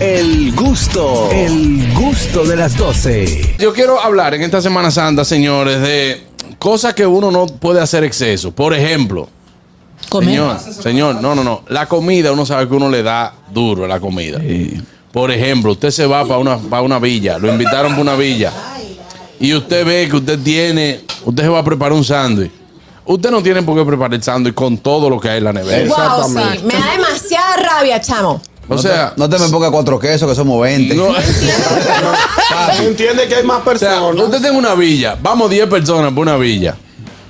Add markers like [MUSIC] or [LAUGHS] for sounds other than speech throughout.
El gusto, el gusto de las 12. Yo quiero hablar en esta Semana Santa, señores, de cosas que uno no puede hacer exceso. Por ejemplo, Comer. señor, señor, no, no, no. La comida, uno sabe que uno le da duro a la comida. Por ejemplo, usted se va para una, para una villa, lo invitaron para una villa, y usted ve que usted tiene, usted se va a preparar un sándwich. Usted no tiene por qué preparar el sándwich con todo lo que hay en la nevera. Wow, Exactamente. sí. Me da demasiada rabia, chamo. O sea, No te me pongas cuatro quesos, que somos 20. no- [LAUGHS] Entiende que hay más O sea, personas. usted tiene una villa, vamos 10 personas por una villa,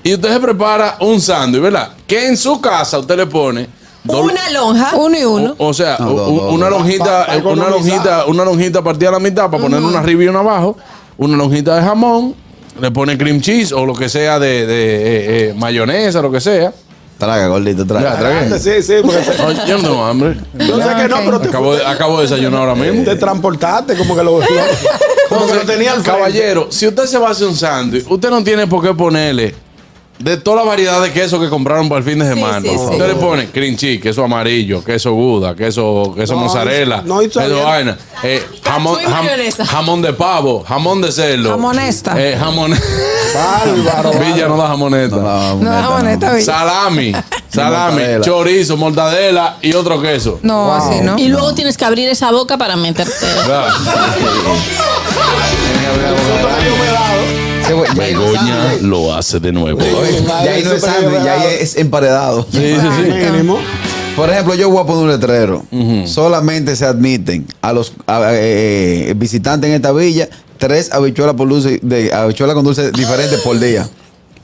y usted se prepara un sándwich, ¿verdad? Que en su casa usted le pone doble- Una lonja. Uno y uno. o, o sea, No, u- no, u- no, una no. lonjita, Pa- pa eh, una economizar. lonjita, una lonjita partida a la mitad para poner una arriba y una abajo, una lonjita de jamón, le pone cream cheese o lo que sea de, de, eh, eh, mayonesa, lo que sea. Traga, gordito, Ya, traga. tragué. Sí, sí, porque [LAUGHS] se- Oye, yo no tengo hambre. yo sé que no, pero te, Acabo de, acabo de desayunar ahora mismo. Eh, te transportaste como [LAUGHS] que lo como que lo tenía al frente. caballero, si usted se va a hacer un sándwich, usted no tiene por qué ponerle de toda la variedad de queso que compraron para el fin de semana. sí, sí. Usted le pone cream cheese, queso amarillo, queso gouda, queso, queso No, mozzarella, no, y queso todavía- vaina, eh, jamón, Cachuy y jam- mayonesa. jamón de pavo, jamón de cerdo. Jamonesta. Eh, jamón. Bárbaro. [LAUGHS] Villa no da jamoneta. No, No, neta, bueno, no. está bien. Salami, salami, mortadela. chorizo, mortadela y otro queso. No, así no. Y- Y No. Luego tienes que abrir esa boca para meterte. ¿Verdad? Sí, güey, ya ahí no es Begoña sándwich. lo hace de nuevo. Ya ahí no es sándwich, ya ahí es emparedado. Sí, sí, sí. Mínimo. Por ejemplo, yo voy a poner un letrero. Solamente se admiten a los a- a- eh, eh, visitantes en esta villa tres habichuelas por dulce, de habichuelas con dulce diferentes por día.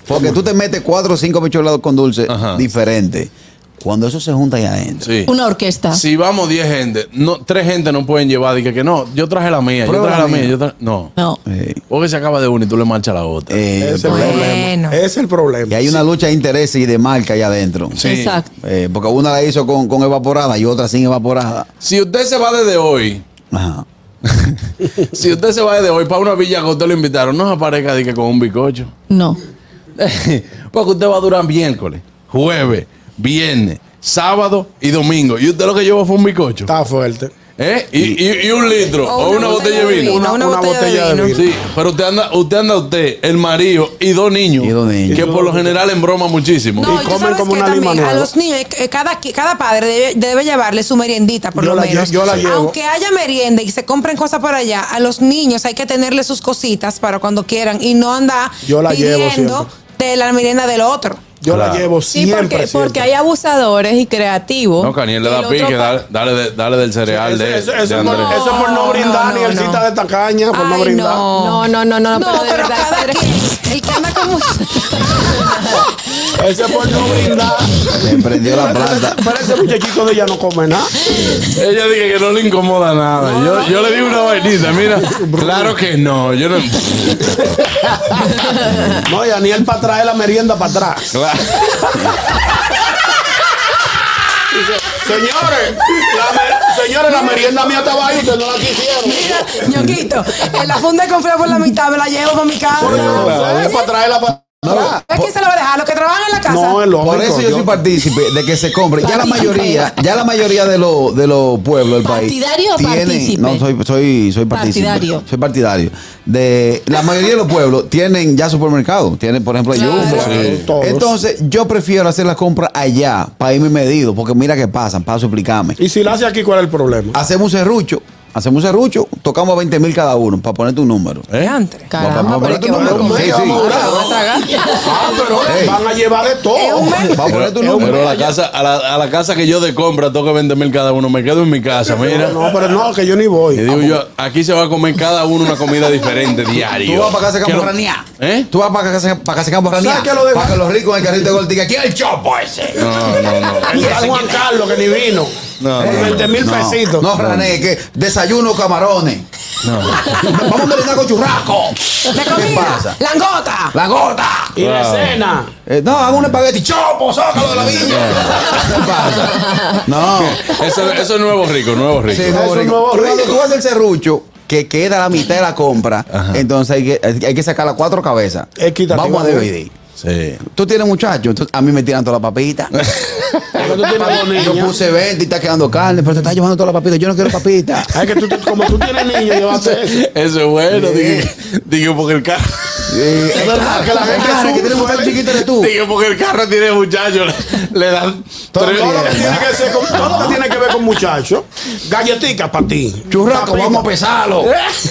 Porque tú te metes cuatro o cinco habichuelas con dulce Ajá. diferentes. Cuando eso se junta ahí adentro. Sí. Una orquesta. Si vamos 10 gente, no, tres gente no pueden llevar. Dije que no, yo traje la mía, Prueba yo traje la la mía, mía. yo traje. No. No. Eh, Porque se acaba de una y tú le marchas la otra. eh, Ese es el Bueno. problema. Ese es el y problema. hay una lucha de intereses y de marca ahí adentro. Sí. Exacto. Eh, porque una la hizo con, con evaporada y otra sin evaporada. Si usted se va desde [LAUGHS] hoy, Ajá. si usted se va desde hoy para una villa que usted lo invitaron, no se aparezca dije, con un bizcocho. No. [LAUGHS] Porque usted va a durar miércoles, jueves, viernes, sábado y domingo. Y usted lo que llevó fue un bizcocho. Está fuerte. ¿Eh? Y, y- y un litro O o una, una botella de vino. Una- una botella de vino. Sí, pero usted anda, usted anda usted, el marido y dos niños. Y dos niños. Que por lo general en broma muchísimo. y no, y comen tú sabes como que una también limonada. a los niños, eh, cada, qui- cada padre debe, debe llevarle su meriendita, por Yo lo la lle- menos. yo la llevo. Aunque haya merienda y se compren cosas por allá, a los niños hay que tenerle sus cositas para cuando quieran y no andar Yo la llevo pidiendo de la merienda del otro. Yo la llevo Sí, siempre. porque, siempre. porque hay abusadores y creativos. No, Caniel le da Oh, El otro pique, pa- dale, dale, de- dale del cereal Eso, de, eso- de eso es por, Andrés. eso es por no No, brindar no, ni el no. cita de esta caña, por no Ay, brindar. No, no, no, no, no, pero de verdad, cada padre. quien. El que anda con Eso es por no brindar. Le prendió la planta. Pero ese muchachito de ella no come nada. Ella dice que no le incomoda nada. Yo, yo le di una vainita, mira. Claro que no. Yo no. No, y Daniel para traer la merienda para atrás. Claro. Señores, la, mer- señores, la merienda mía estaba ahí, ustedes no la quisieron. [LAUGHS] Mira, ñoquito, en la funda de confreo por la mitad me la llevo para mi casa. Para traerla para atrás. ¿Ves quién se la va a dejar? Los que trabajan en la casa. No, eh. es lógico. Por eso yo soy partícipe de que se compre. Ya la Partícipe. mayoría, ya la mayoría de los de los pueblos del país. ¿Partidario o tienen- partícipe? No, soy, soy, soy partícipe. Partidario. Soy partidario. De la mayoría de los pueblos tienen ya supermercado. Tienen, por ejemplo, Jumbo. Sí. Todos. Entonces, yo prefiero hacer las compras allá, para irme medido, porque mira qué pasan, paso explícame. Y si la hace aquí, ¿cuál es el problema? Hacemos un serrucho, hacemos un serrucho, tocamos a 20 mil cada uno, para ponerte un número. Eh, Diantre. Vamos a Caramba, pero ponerte qué un bueno. número. comer, Sí, que sí. vamos Ahora voy a tragar. Ah, pero Ey. van a llevar de Es un todo. mes. Vamos a ponerte un Pero eh, número. a la casa, a la, a la casa que yo de compra toca 20 mil cada uno. Me quedo en mi casa, mira. No, pero no, que yo ni Y voy. digo yo, aquí se va a comer cada uno una comida diferente Tú diario. vas para casa de Que Campo lo- Ranía. ¿Eh? Tú vas para casa, para casa de Campo Ranía. ¿Sabes qué lo de- Para que los ricos en el carrito de gol digan, ¿quién es el chopo ese? No, no, no. Y a Juan Carlos, que ni vino. Eh, No, Por no, 20 mil pesitos. No, Rané, que desayuno camarones. [LAUGHS] Vamos a merendar con churrasco. De ¿Qué comida. pasa? Langota. La gota. Y de cena. Eh, no, hago un espagueti. Chopo, sácalo de la viña. ¿Qué pasa? No. Eso, eso es nuevo rico, nuevo rico. Sí, es no, un rico. nuevo Tú Cuando rico. tú haces el serrucho, que queda la mitad de la compra, entonces hay que, hay que sacar las cuatro cabezas. Equitativamente. Vamos a dividir. Sí. Tú tienes muchachos, entonces a mí me tiran todas las papitas. [LAUGHS] Porque tú tienes dos Yo niños. puse 20 y está quedando carne, pero te estás llevando todas las papitas. Yo no quiero papitas. Es que tú, tú- como tú tienes niños, llevaste eso. Eso es bueno. Digo, digo, porque el carro. Eh, [LAUGHS] Es verdad que la gente cara, que tienes muchachos sufre. chiquitos eres tú. Digo, porque el carro tiene muchachos. Le, le dan. Todo tres- Todo lo que Mierda. tiene que, ser con- todo lo que tiene que ver con muchachos. Galletitas para ti. Churraco, Papita. vamos a [LAUGHS] pesarlo.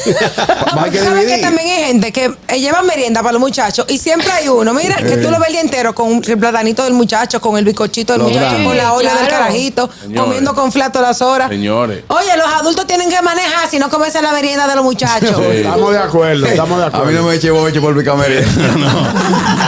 No, Hay pero que sabes que dividir. también hay gente que eh, lleva merienda para los muchachos y siempre hay uno. Mira, que Eh. tú lo ves el día entero con el platanito del muchacho, con el bizcochito del Los muchacho, grandes. con la olla del Claro. carajito, Señores. comiendo con flato las horas. Señores. Oye, los adultos tienen que manejar si no comerse la merienda de los muchachos. Sí. Estamos [LAUGHS] de acuerdo, estamos de A acuerdo. mí no me eche boche por mi camerino. [LAUGHS]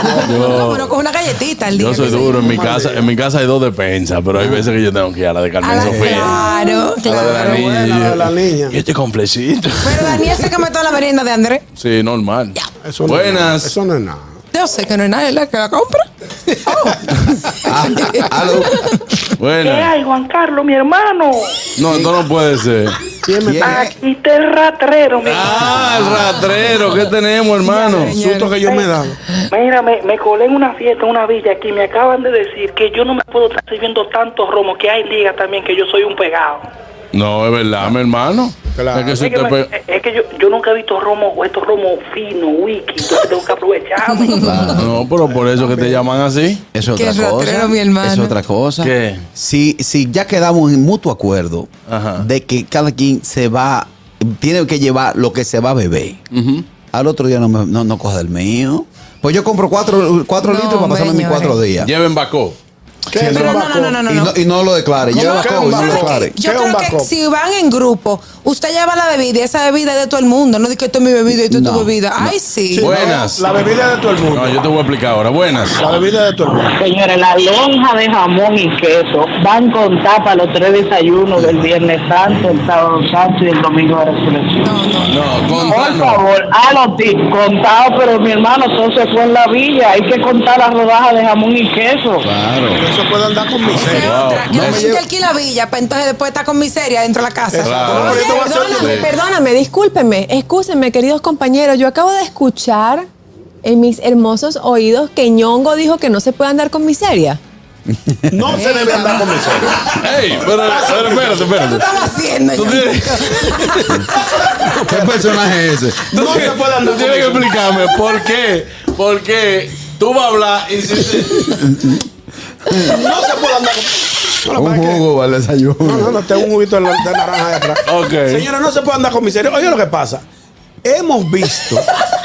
Ah, No, pero con una galletita el día. Yo soy que se- duro en mi casa. En mi casa hay dos defensas, pero Ah. hay veces que yo tengo que ir a la de A Carmen la- Sofía. Ah, Claro, A la de la claro. niña. buena, la de la niña. Y este con flecito. Pero Daniel se come toda la merienda de Andrés. Sí, normal. Eso no es nada, Buenas. eso no es nada. Yo sé que no es nadie la que [LAUGHS] la compra. Oh. Ah. Aló. ¿Qué Buenas. hay, Juan Carlos, mi hermano? No, esto no puede ser. ¿Quién me ¿Quién? pega? Aquí te ratrero, mi Ah, el ratrero, ¿qué tenemos, hermano? El susto que yo me he dado. Mira, me, me colé en una fiesta en una villa aquí. Me acaban de decir que yo no me puedo estar sirviendo tantos romos, que hay liga también, que yo soy un pegado. No, es verdad, mi hermano. Claro. Es que Es si que, te me- pe- es que yo, yo nunca he visto romo, estos romos finos, wiki, entonces tengo [LAUGHS] que aprovecharme. No, pero por eso que te llaman así. Eso es Qué otra cosa. rastrero, mi hermano. Eso es otra cosa. ¿Qué? Si, si ya quedamos en mutuo acuerdo Ajá. de que cada quien se va, tiene que llevar lo que se va a beber. Al otro día no, me, no, no coja del mío. Pues yo compro cuatro, cuatro No, litros para pasarme mis señores. cuatro días. Lleven bacó. ¿Qué Sí, es Pero un no, no, bacó? no, no, no, y, no. no, y no lo declare. Lleva ¿Cómo? coco y no lo ¿Sabe qué? declare. ¿Qué Yo es un creo que backup? si van en grupo, usted lleva la bebida y esa bebida es de todo el mundo. No dice que esto es mi bebida y esto es No, tu bebida. Ay, Sí, sí. no, Buenas. La bebida de todo el mundo. No, yo te voy a explicar ahora. Buenas. La bebida de todo el mundo. Señores, la lonja de jamón y queso van con tapa los tres desayunos del Viernes Santo, el Sábado Santo y el Domingo de Resurrección. No, no, no. No, contra Por no. favor, a los tips contados, pero mi hermano, entonces fue en la villa. Hay que contar las rodajas de jamón y queso. Claro. Eso puede andar con Esa es miseria. otra, que No la me gente llevo- alquila villa, pa' entonces después está con miseria dentro de la casa. Claro. Pero Oye, esto va a ser perdóname, Sí. perdóname, discúlpenme, excúsenme, queridos compañeros. Yo acabo de escuchar en mis hermosos oídos que Ñongo dijo que no se puede andar con miseria. No se debe andar con miseria. Ey, pero, pero espérate, ¿Qué tú espérate. estabas haciendo? Tú Ñongo? tienes, [LAUGHS] ¿Qué personaje es ese? tú No se tienes- puede andar tú tienes que con explicarme por qué. Porque tú vas a hablar y si- si- No se puede andar con No, lo que Un pasa es que- jugo para el No, no, desayuno. no, tengo un juguito de, la- de naranja de atrás. Ok. Señores, no se puede andar con miseria. Oye lo que pasa. Hemos visto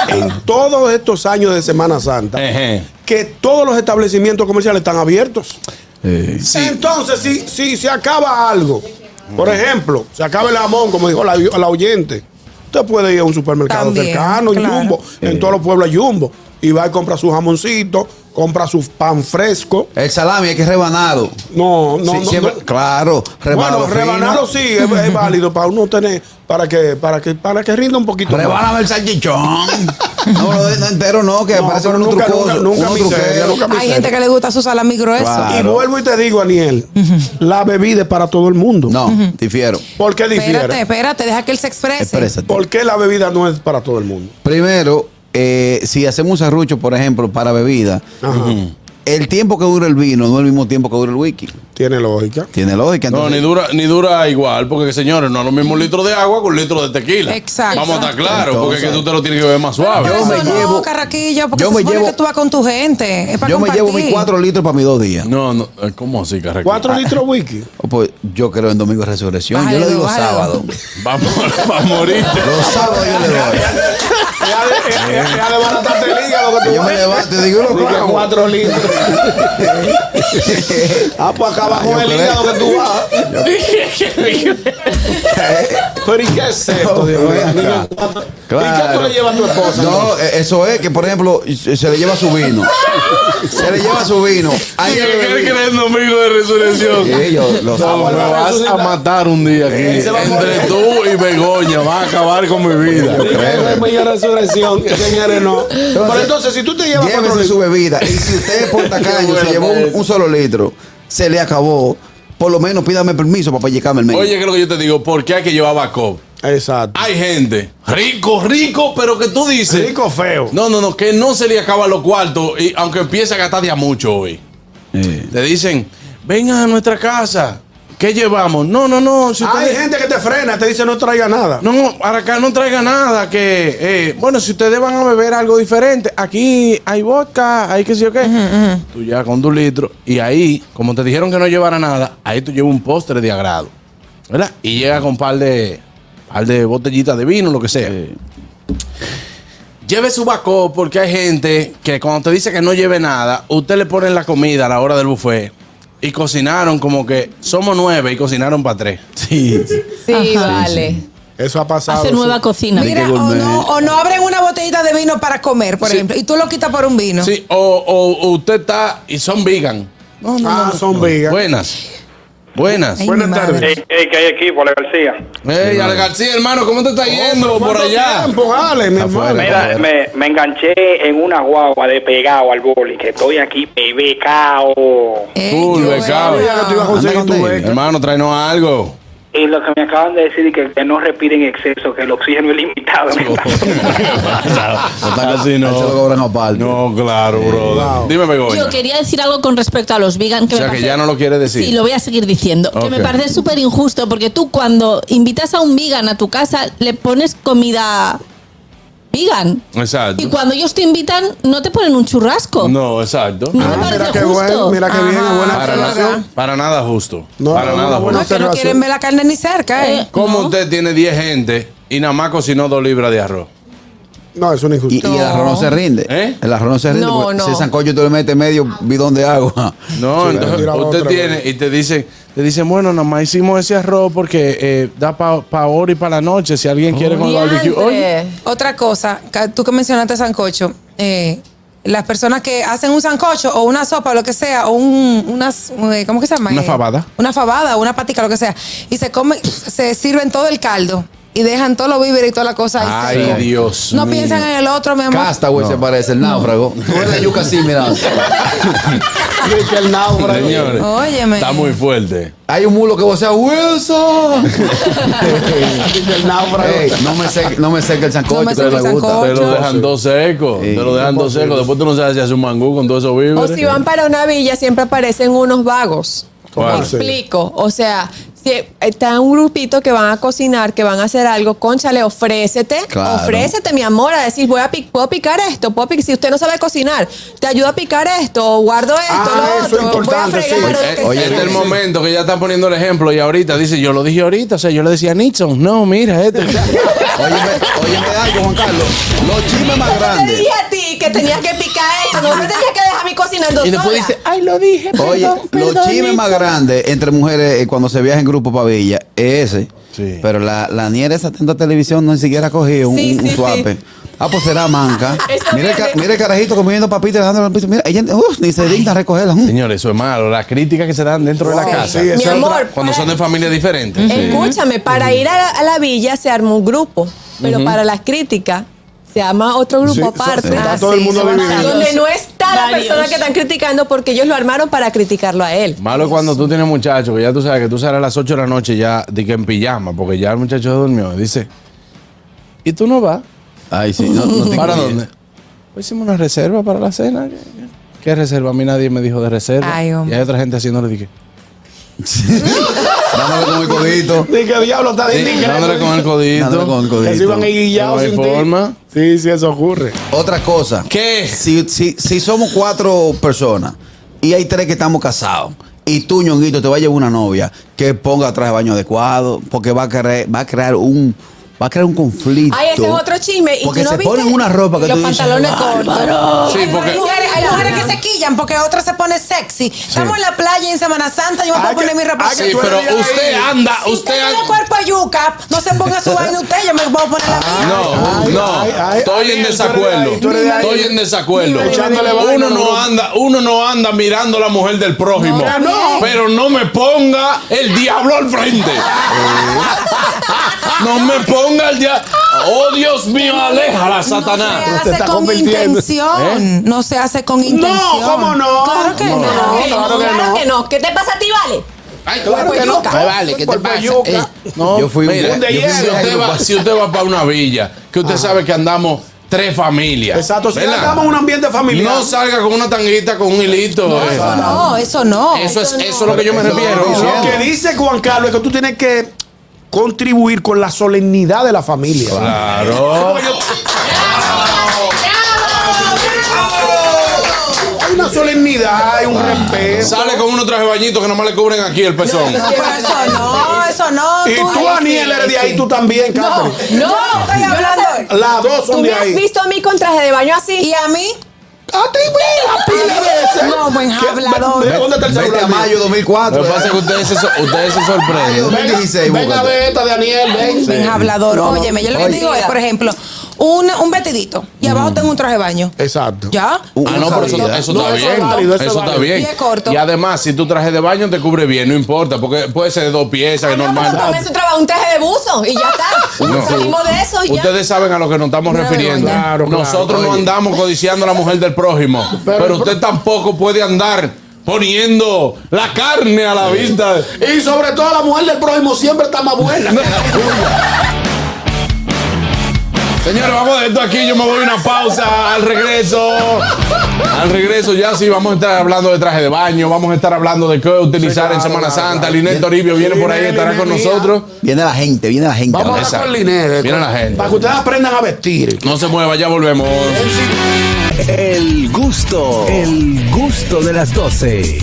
en todos estos años de Semana Santa Eh. Ejé. que todos los establecimientos comerciales están abiertos. Eh, Entonces, si, si se acaba algo, por ejemplo, se acaba el jamón, como dijo la, la oyente, usted puede ir a un supermercado También, cercano, en claro. Jumbo, Eh. en todos los pueblos hay Jumbo, y va y compra su jamoncito, compra su pan fresco. El salami hay que rebanado. No, no, Sí, no, siempre- no. Claro, rebanado. Bueno, fino. rebanado sí es, [LAUGHS] es válido para uno tener, para que, para que, para que rinda un poquito. más. Rebáname el [LAUGHS] salchichón. no, lo de- no entero no, que No, parece pero uno nunca, trucoso. nunca, nunca uno miseria, truquero. nunca Hay miseria. gente que le gusta su salami grueso. Claro. Y vuelvo y te digo, Aniel, la bebida es para todo el mundo. No, difiero. ¿Por qué Espérate, difiere? espérate, deja que él se exprese. Exprésate. ¿Por qué la bebida no es para todo el mundo? Primero, eh, si hacemos un serrucho, por ejemplo, para bebida, Ajá. el tiempo que dura el vino no es el mismo tiempo que dura el whisky. Tiene lógica. Tiene lógica. No, ni entonces- dura, ni dura igual, porque señores, no es lo mismo un litro de agua con un litro de tequila. Exacto. Vamos a estar claros, porque es que tú Entonces- te lo tienes que ver más suave. Pero Yo me eso no, llevo- carraquillo, porque yo se me supone llevo- que tú vas con tu gente. Es para yo me llevo compartir. mis cuatro litros para mis dos días. No, no, eh, ¿cómo así, Carraquillo? Cuatro litros [LAUGHS] whisky. [LAUGHS] O, Pues, yo creo en domingo de resurrección. Bájale yo le dos, digo bájale dos. sábado. Vamos, vamos a [LAUGHS] morir. Los sábados yo le doy. Ya de- ya- ya de baratarte el hígado que tú Yo me ves. levanto y digo, "Lo Dije, clavo". cuatro [LAUGHS] litros. ah, pues acá abajo yo el creo- hígado que tú [LAUGHS] vas. Pero ¿y qué es esto, Dios mío? Ven acá. ¿Y qué tú le llevas a tu esposa? No, eh, eso es que, por ejemplo, se le lleva su vino. se le lleva su vino. Ahí ¿Qué yo le crees bebí. que es domingo de resurrección? Sí, yo No, lo sabe. me vas a matar un día aquí. se va a Entre morir. tú y Begoña vas a acabar con mi vida. Dije, "Es mayor resurrección, señores, no. Pero entonces, si tú te llevas cuatro Llévese su litros, bebida. Y si usted [LAUGHS] es portacaño, Qué se llevó bueno un, eso. un solo litro, se le acabó. Por lo menos pídame permiso para pellicarme el medio. Oye, que lo que yo te digo, ¿por qué hay que llevar Bacop? Exacto. Hay gente rico, rico, pero que tú dices. Rico feo. No, no, no, que no se le acaban los cuartos, y, aunque empiece a gastar ya mucho hoy. Te dicen, vengan a nuestra casa. ¿Qué llevamos? No, no, no. Si Hay ustedes- gente que te frena, te dice no traiga nada. No, no, para acá no traiga nada. Que, eh, bueno, si ustedes van a beber algo diferente, aquí hay vodka, hay que sé yo qué. Tú ya con tu litro. Y ahí, como te dijeron que no llevara nada, ahí tú llevas un postre de agrado. ¿Verdad? Y llega con un par de, par de botellitas de vino, lo que sea. Lleve su bacó porque hay gente que cuando te dice que no lleve nada, usted le pone la comida a la hora del buffet. Y cocinaron como que somos nueve y cocinaron para tres. Sí. Sí, vale. Eso ha pasado. Hace sí. nueva cocina. Mira, que o gourmet. no, o no abren una botellita de vino para comer, por Sí. ejemplo, y tú lo quitas por un vino. Sí, o, o- o usted está y son vegan. No, no, Ah, no, no. son vegan. Buenas. Buenas. Ay, mi Buenas madre. tardes. Ey, ey, que hay equipo, Ale García. Ey, Ale García, hermano, ¿cómo te está yendo por ¿Cuánto allá? tiempo, Ale, mi Está hermano? fuera. Mira, Bueno. me, me enganché en una guagua de pegado al boli, que estoy aquí pegado. Eh, Cool, qué becado. bueno. Ya que tú ibas a Anda conseguir con tu David. beca. Hermano, tráenos algo. Y lo que me acaban de decir es que, que no respiren en exceso, que el oxígeno es [LAUGHS] limitado. No está Así no. Se lo cobran aparte. No, claro, brother. Wow. Dime, Begoña. Yo quería decir algo con respecto a los vegan. Que o sea, me que parece- ya no lo quiere decir. Sí, lo voy a seguir diciendo. Que me Ok. parece súper injusto porque tú cuando invitas a un vegan a tu casa le pones comida vegan. Exacto. Y cuando ellos te invitan no te ponen un churrasco. No, exacto. No. Ah, me mira parece qué bueno, justo. mira qué bien, Ajá. buena Para, na- observación. para nada justo. No, para no, nada no, justo. No, que no quieren ver la carne ni cerca, ¿eh? Eh, ¿Cómo No. usted tiene 10 gente y nada más cocinó dos libras de arroz? No, es una Y, injusticia. y el arroz no se rinde. ¿Eh? El arroz no se rinde. No, porque no. Si ese sancocho tú le metes medio bidón de agua. No, Sí, entonces tiraba usted otra tiene vez. y te dicen, te dicen, bueno, nada más hicimos ese arroz porque eh, da para pa ahora y para la noche, si alguien quiere con el barbecue. Oye, Diantre. Otra cosa, ca- tú que mencionaste sancocho, eh, las personas que hacen un sancocho o una sopa o lo que sea, o un, unas, eh, ¿cómo que se llama? Una Eh, fabada. Una fabada, una patica, lo que sea. Y se come, se sirven todo el caldo y dejan todos los víveres y toda la cosa ahí. Ay, seco. Dios No mío. piensan en el otro, mi amor. Castaway se parece, el náufrago. [LAUGHS] Tú ves la yuca así, [LAUGHS] mira. Y que el náufrago- señores, Óyeme. está muy fuerte. Hay un mulo que vocea, [LAUGHS] Wilson. y que el náufrago- Ey, no me sé, no me sé que el sancocho, No me pero seque el le gusta. Te sancocho. lo dejan dos secos, Sí. te lo dejan dos secos. Después tú no sabes si hace un mangú con todo eso O víveres. si van para una villa, siempre aparecen unos vagos. ¿Cuál? Me explico. O sea, si eh, está un grupito que van a cocinar, que van a hacer algo, conchale, ofrécete, Claro. ofrécete, mi amor, a decir, voy a pic- puedo picar esto, puedo pic- si usted no sabe cocinar, te ayudo a picar esto, o guardo esto, Ah, lo eso es otro, importante, voy a sí. fregar, o lo Eh, que Oye, sea. este es el momento que ya están poniendo el ejemplo y ahorita dice, yo lo dije ahorita, o sea, yo le decía a Nixon, no, mira, este. Óyeme, óyeme algo, Juan Carlos. Los chismes más Yo te grandes. dije a ti que tenías que picar esto, no me tenías que dejar mi cocinando Y después sola. dice, ay, lo dije, Oye, los chismes más grandes entre mujeres eh, cuando se viaja en grupo para Villa es ese. Sí. Pero la, la niera esa atenta a televisión no ni siquiera ha cogido un, Sí, un sí, suape. sí. Ah, pues será manca. [LAUGHS] Eso mira, el, ca- viene. mira el carajito comiendo papita dándole al piso. Mira, ella uf, ni se digna a recogerla. Mm. Señores, eso es malo, las críticas que se dan dentro de la Wow, casa. sí, es Mi amor, Cuando para- son de familias diferentes. Escúchame, para ir a la, a la villa se armó un grupo, pero para las críticas se arma otro grupo Sí, so- aparte. está todo el mundo son dividido. varios. Donde no está la Varios. persona que están criticando porque ellos lo armaron para criticarlo a él. Malo es cuando tú tienes muchachos, que ya tú sabes que tú sales a las 8 de la noche ya di que en pijama, porque ya el muchacho durmió. Y dice, ¿y tú no vas? Ay, sí, no, no tengo ¿Para idea. dónde? Pues hicimos una reserva para la cena. ¿Qué reserva? A mí nadie me dijo de reserva. Ay, y hombre. hay otra gente haciéndole dije. Dándole con el codito. Ni que diablo está de ni que- Dándole con el Dándole con el codito. Que se iban codito. guillados No hay sin ti. forma. Sí, sí, eso ocurre. Otra cosa. ¿Qué? Si, si, si somos cuatro personas y hay tres que estamos casados y tú, ñonguito, te va a llevar una novia que ponga traje de baño adecuado porque va a crear, va a crear un va a crear un conflicto. Ay, ese es otro chisme. ¿Y porque tú no se viste ponen una ropa que los tú dices, pantalones cortos? "Bárbaro". Sí, porque- Hay mujeres, hay mujeres que se quillan porque otra se pone sexy. Estamos en la playa en Semana Santa, yo me voy Ay, a poner que- mi ropa ay, que Sí, sexy. tú eres pero de ahí. usted anda, Si usted usted tiene anda. Ah, cuerpo a yuca, no se ponga su vaina usted, yo me voy a poner la mía. No, Ay, no, ay, ay, estoy en Ariel, tú eres de desacuerdo. ahí, tú eres de ahí. Estoy en desacuerdo. Echándole Uno vaina, no bro. anda, uno no anda mirando a la mujer del prójimo. No, no. Pero no me ponga el diablo al [LAUGHS] frente. No me ponga el diablo. Oh, Dios mío, aléjala, Satanás. No se Usted hace está con convirtiendo. intención. ¿Eh? No se hace con intención. ¿cómo no? Claro que No, no. no. Claro que no. ¿Qué te pasa a ti, Vale? Ay, claro que no. Me vale, ¿qué te Por pasa? yuca. Ey, No, Yo fui un- mira, Un de yo fui- si, hielo. usted va, si usted va para una villa, que usted sabe que andamos tres familias. Exacto, si ¿verdad? andamos en un ambiente familiar. No salga con una tanguita, con un hilito. eh. Eso no, eso no. eso, es, eso es lo que yo me Eso refiero. no. Lo que dice Juan Carlos es que tú tienes que contribuir con la solemnidad de la familia. Claro. Hay una solemnidad, hay un respeto. Sale con unos trajes bañitos que nomás le cubren aquí el pezón. No, pero eso no, eso no. Y tú, Aniel, eres de ahí, tú también, No, Catherine. no, estoy hablando. Las dos ¿Tú son me de has ahí. visto a mí con traje de baño así? ¿Y a mí? A ti, mira, eh, pila de veces. No, buen ¿Qué? hablador. Ve- ve- ¿Dónde está el Vete celular? a mío? mayo Lo 2004. que pasa es que ustedes se, so- ustedes se sorprenden. Venga, 2016, venga búscate. de esta, de Aniel, ven. Ven, hablador. Óyeme, yo lo que Oye. te digo es, por ejemplo, un, un vestidito y abajo tengo un traje de baño. Exacto. ¿Ya? Mm. Ah, no, pero eso, eso No, está eso es bien. válido, eso eso es está válido. bien. Y es corto. Y además, si tu traje de baño te cubre bien, no importa, porque puede ser de dos piezas, que es No, normal. pero ponme su trabajo, un traje de buzo y ya está. No. Salimos de eso y ya. Ustedes saben a lo que nos estamos Una refiriendo. vergüenza. Claro, claro. Nosotros no Oye. andamos codiciando a la mujer del [LAUGHS] prójimo, pero, usted tampoco puede andar poniendo la carne a la vista. Y sobre todo la mujer del prójimo siempre está más [LAUGHS] buena. Señores, vamos de esto aquí, yo me voy a una pausa al regreso. Al regreso ya sí, vamos a estar hablando de traje de baño, vamos a estar hablando de qué utilizar Sí, claro, en Semana claro, Santa. claro. Linet Toribio viene por ahí, Linet, estará con Linet, nosotros. Viene la gente, viene la gente. Vamos a ahora. hablar Exacto. con Linere. Viene con- la gente. Para que ustedes aprendan a vestir. No se mueva, ya volvemos. El gusto, el gusto de las 12.